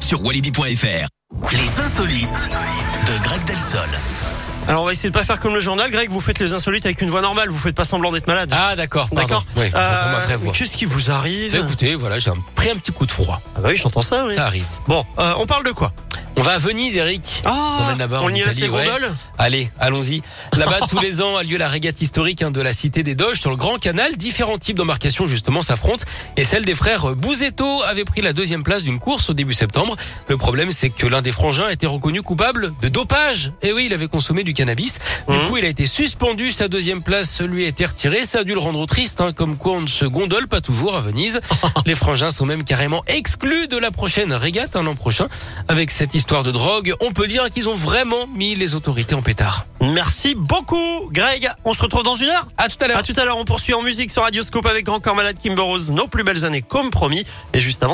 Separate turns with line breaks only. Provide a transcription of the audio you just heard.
sur walibi.fr. Les insolites de Greg Delsol.
Alors on va essayer de pas faire comme le journal. Greg, vous faites les insolites avec une voix normale. Vous faites pas semblant d'être malade.
Ah d'accord, pardon.
D'accord.
Oui,
Euh,
on ma vraie voix.
Qu'est-ce qui vous
Bah,
arrive
écoutez, voilà, j'ai un- pris un petit coup de froid.
Ah bah oui, j'entends ça. Oui.
Ça arrive.
Bon, euh, on parle de quoi
On va à Venise, Eric. On
Ah,
emmène là-bas
on
en
y laisse
Italie,
les
ouais.
gondoles.
Allez, allons-y. Là-bas, tous les ans a lieu la régate historique hein, de la cité des Doges sur le Grand Canal. Différents types d'embarcations justement s'affrontent et celle des frères Bouzetto avait pris la deuxième place d'une course au début septembre. Le problème, c'est que l'un des frangins était reconnu coupable de dopage. Et oui, il avait consommé du cannabis. Du
Mhm.
coup, il a été suspendu. Sa deuxième place lui a été retirée. Ça a dû le rendre triste, hein, comme quoi on ne se gondole pas toujours à Venise. Les frangins sont même carrément exclus de la prochaine régate hein, l'an prochain. Avec cette histoire de drogue, on peut dire qu'ils ont vraiment mis les autorités en pétard.
Merci beaucoup, Greg. On se retrouve dans une heure.
À tout à l'heure.
À tout à l'heure, on poursuit en musique sur Radioscope avec Grand Corps Malade Kimber Rose, nos plus belles années comme promis. Et juste avant.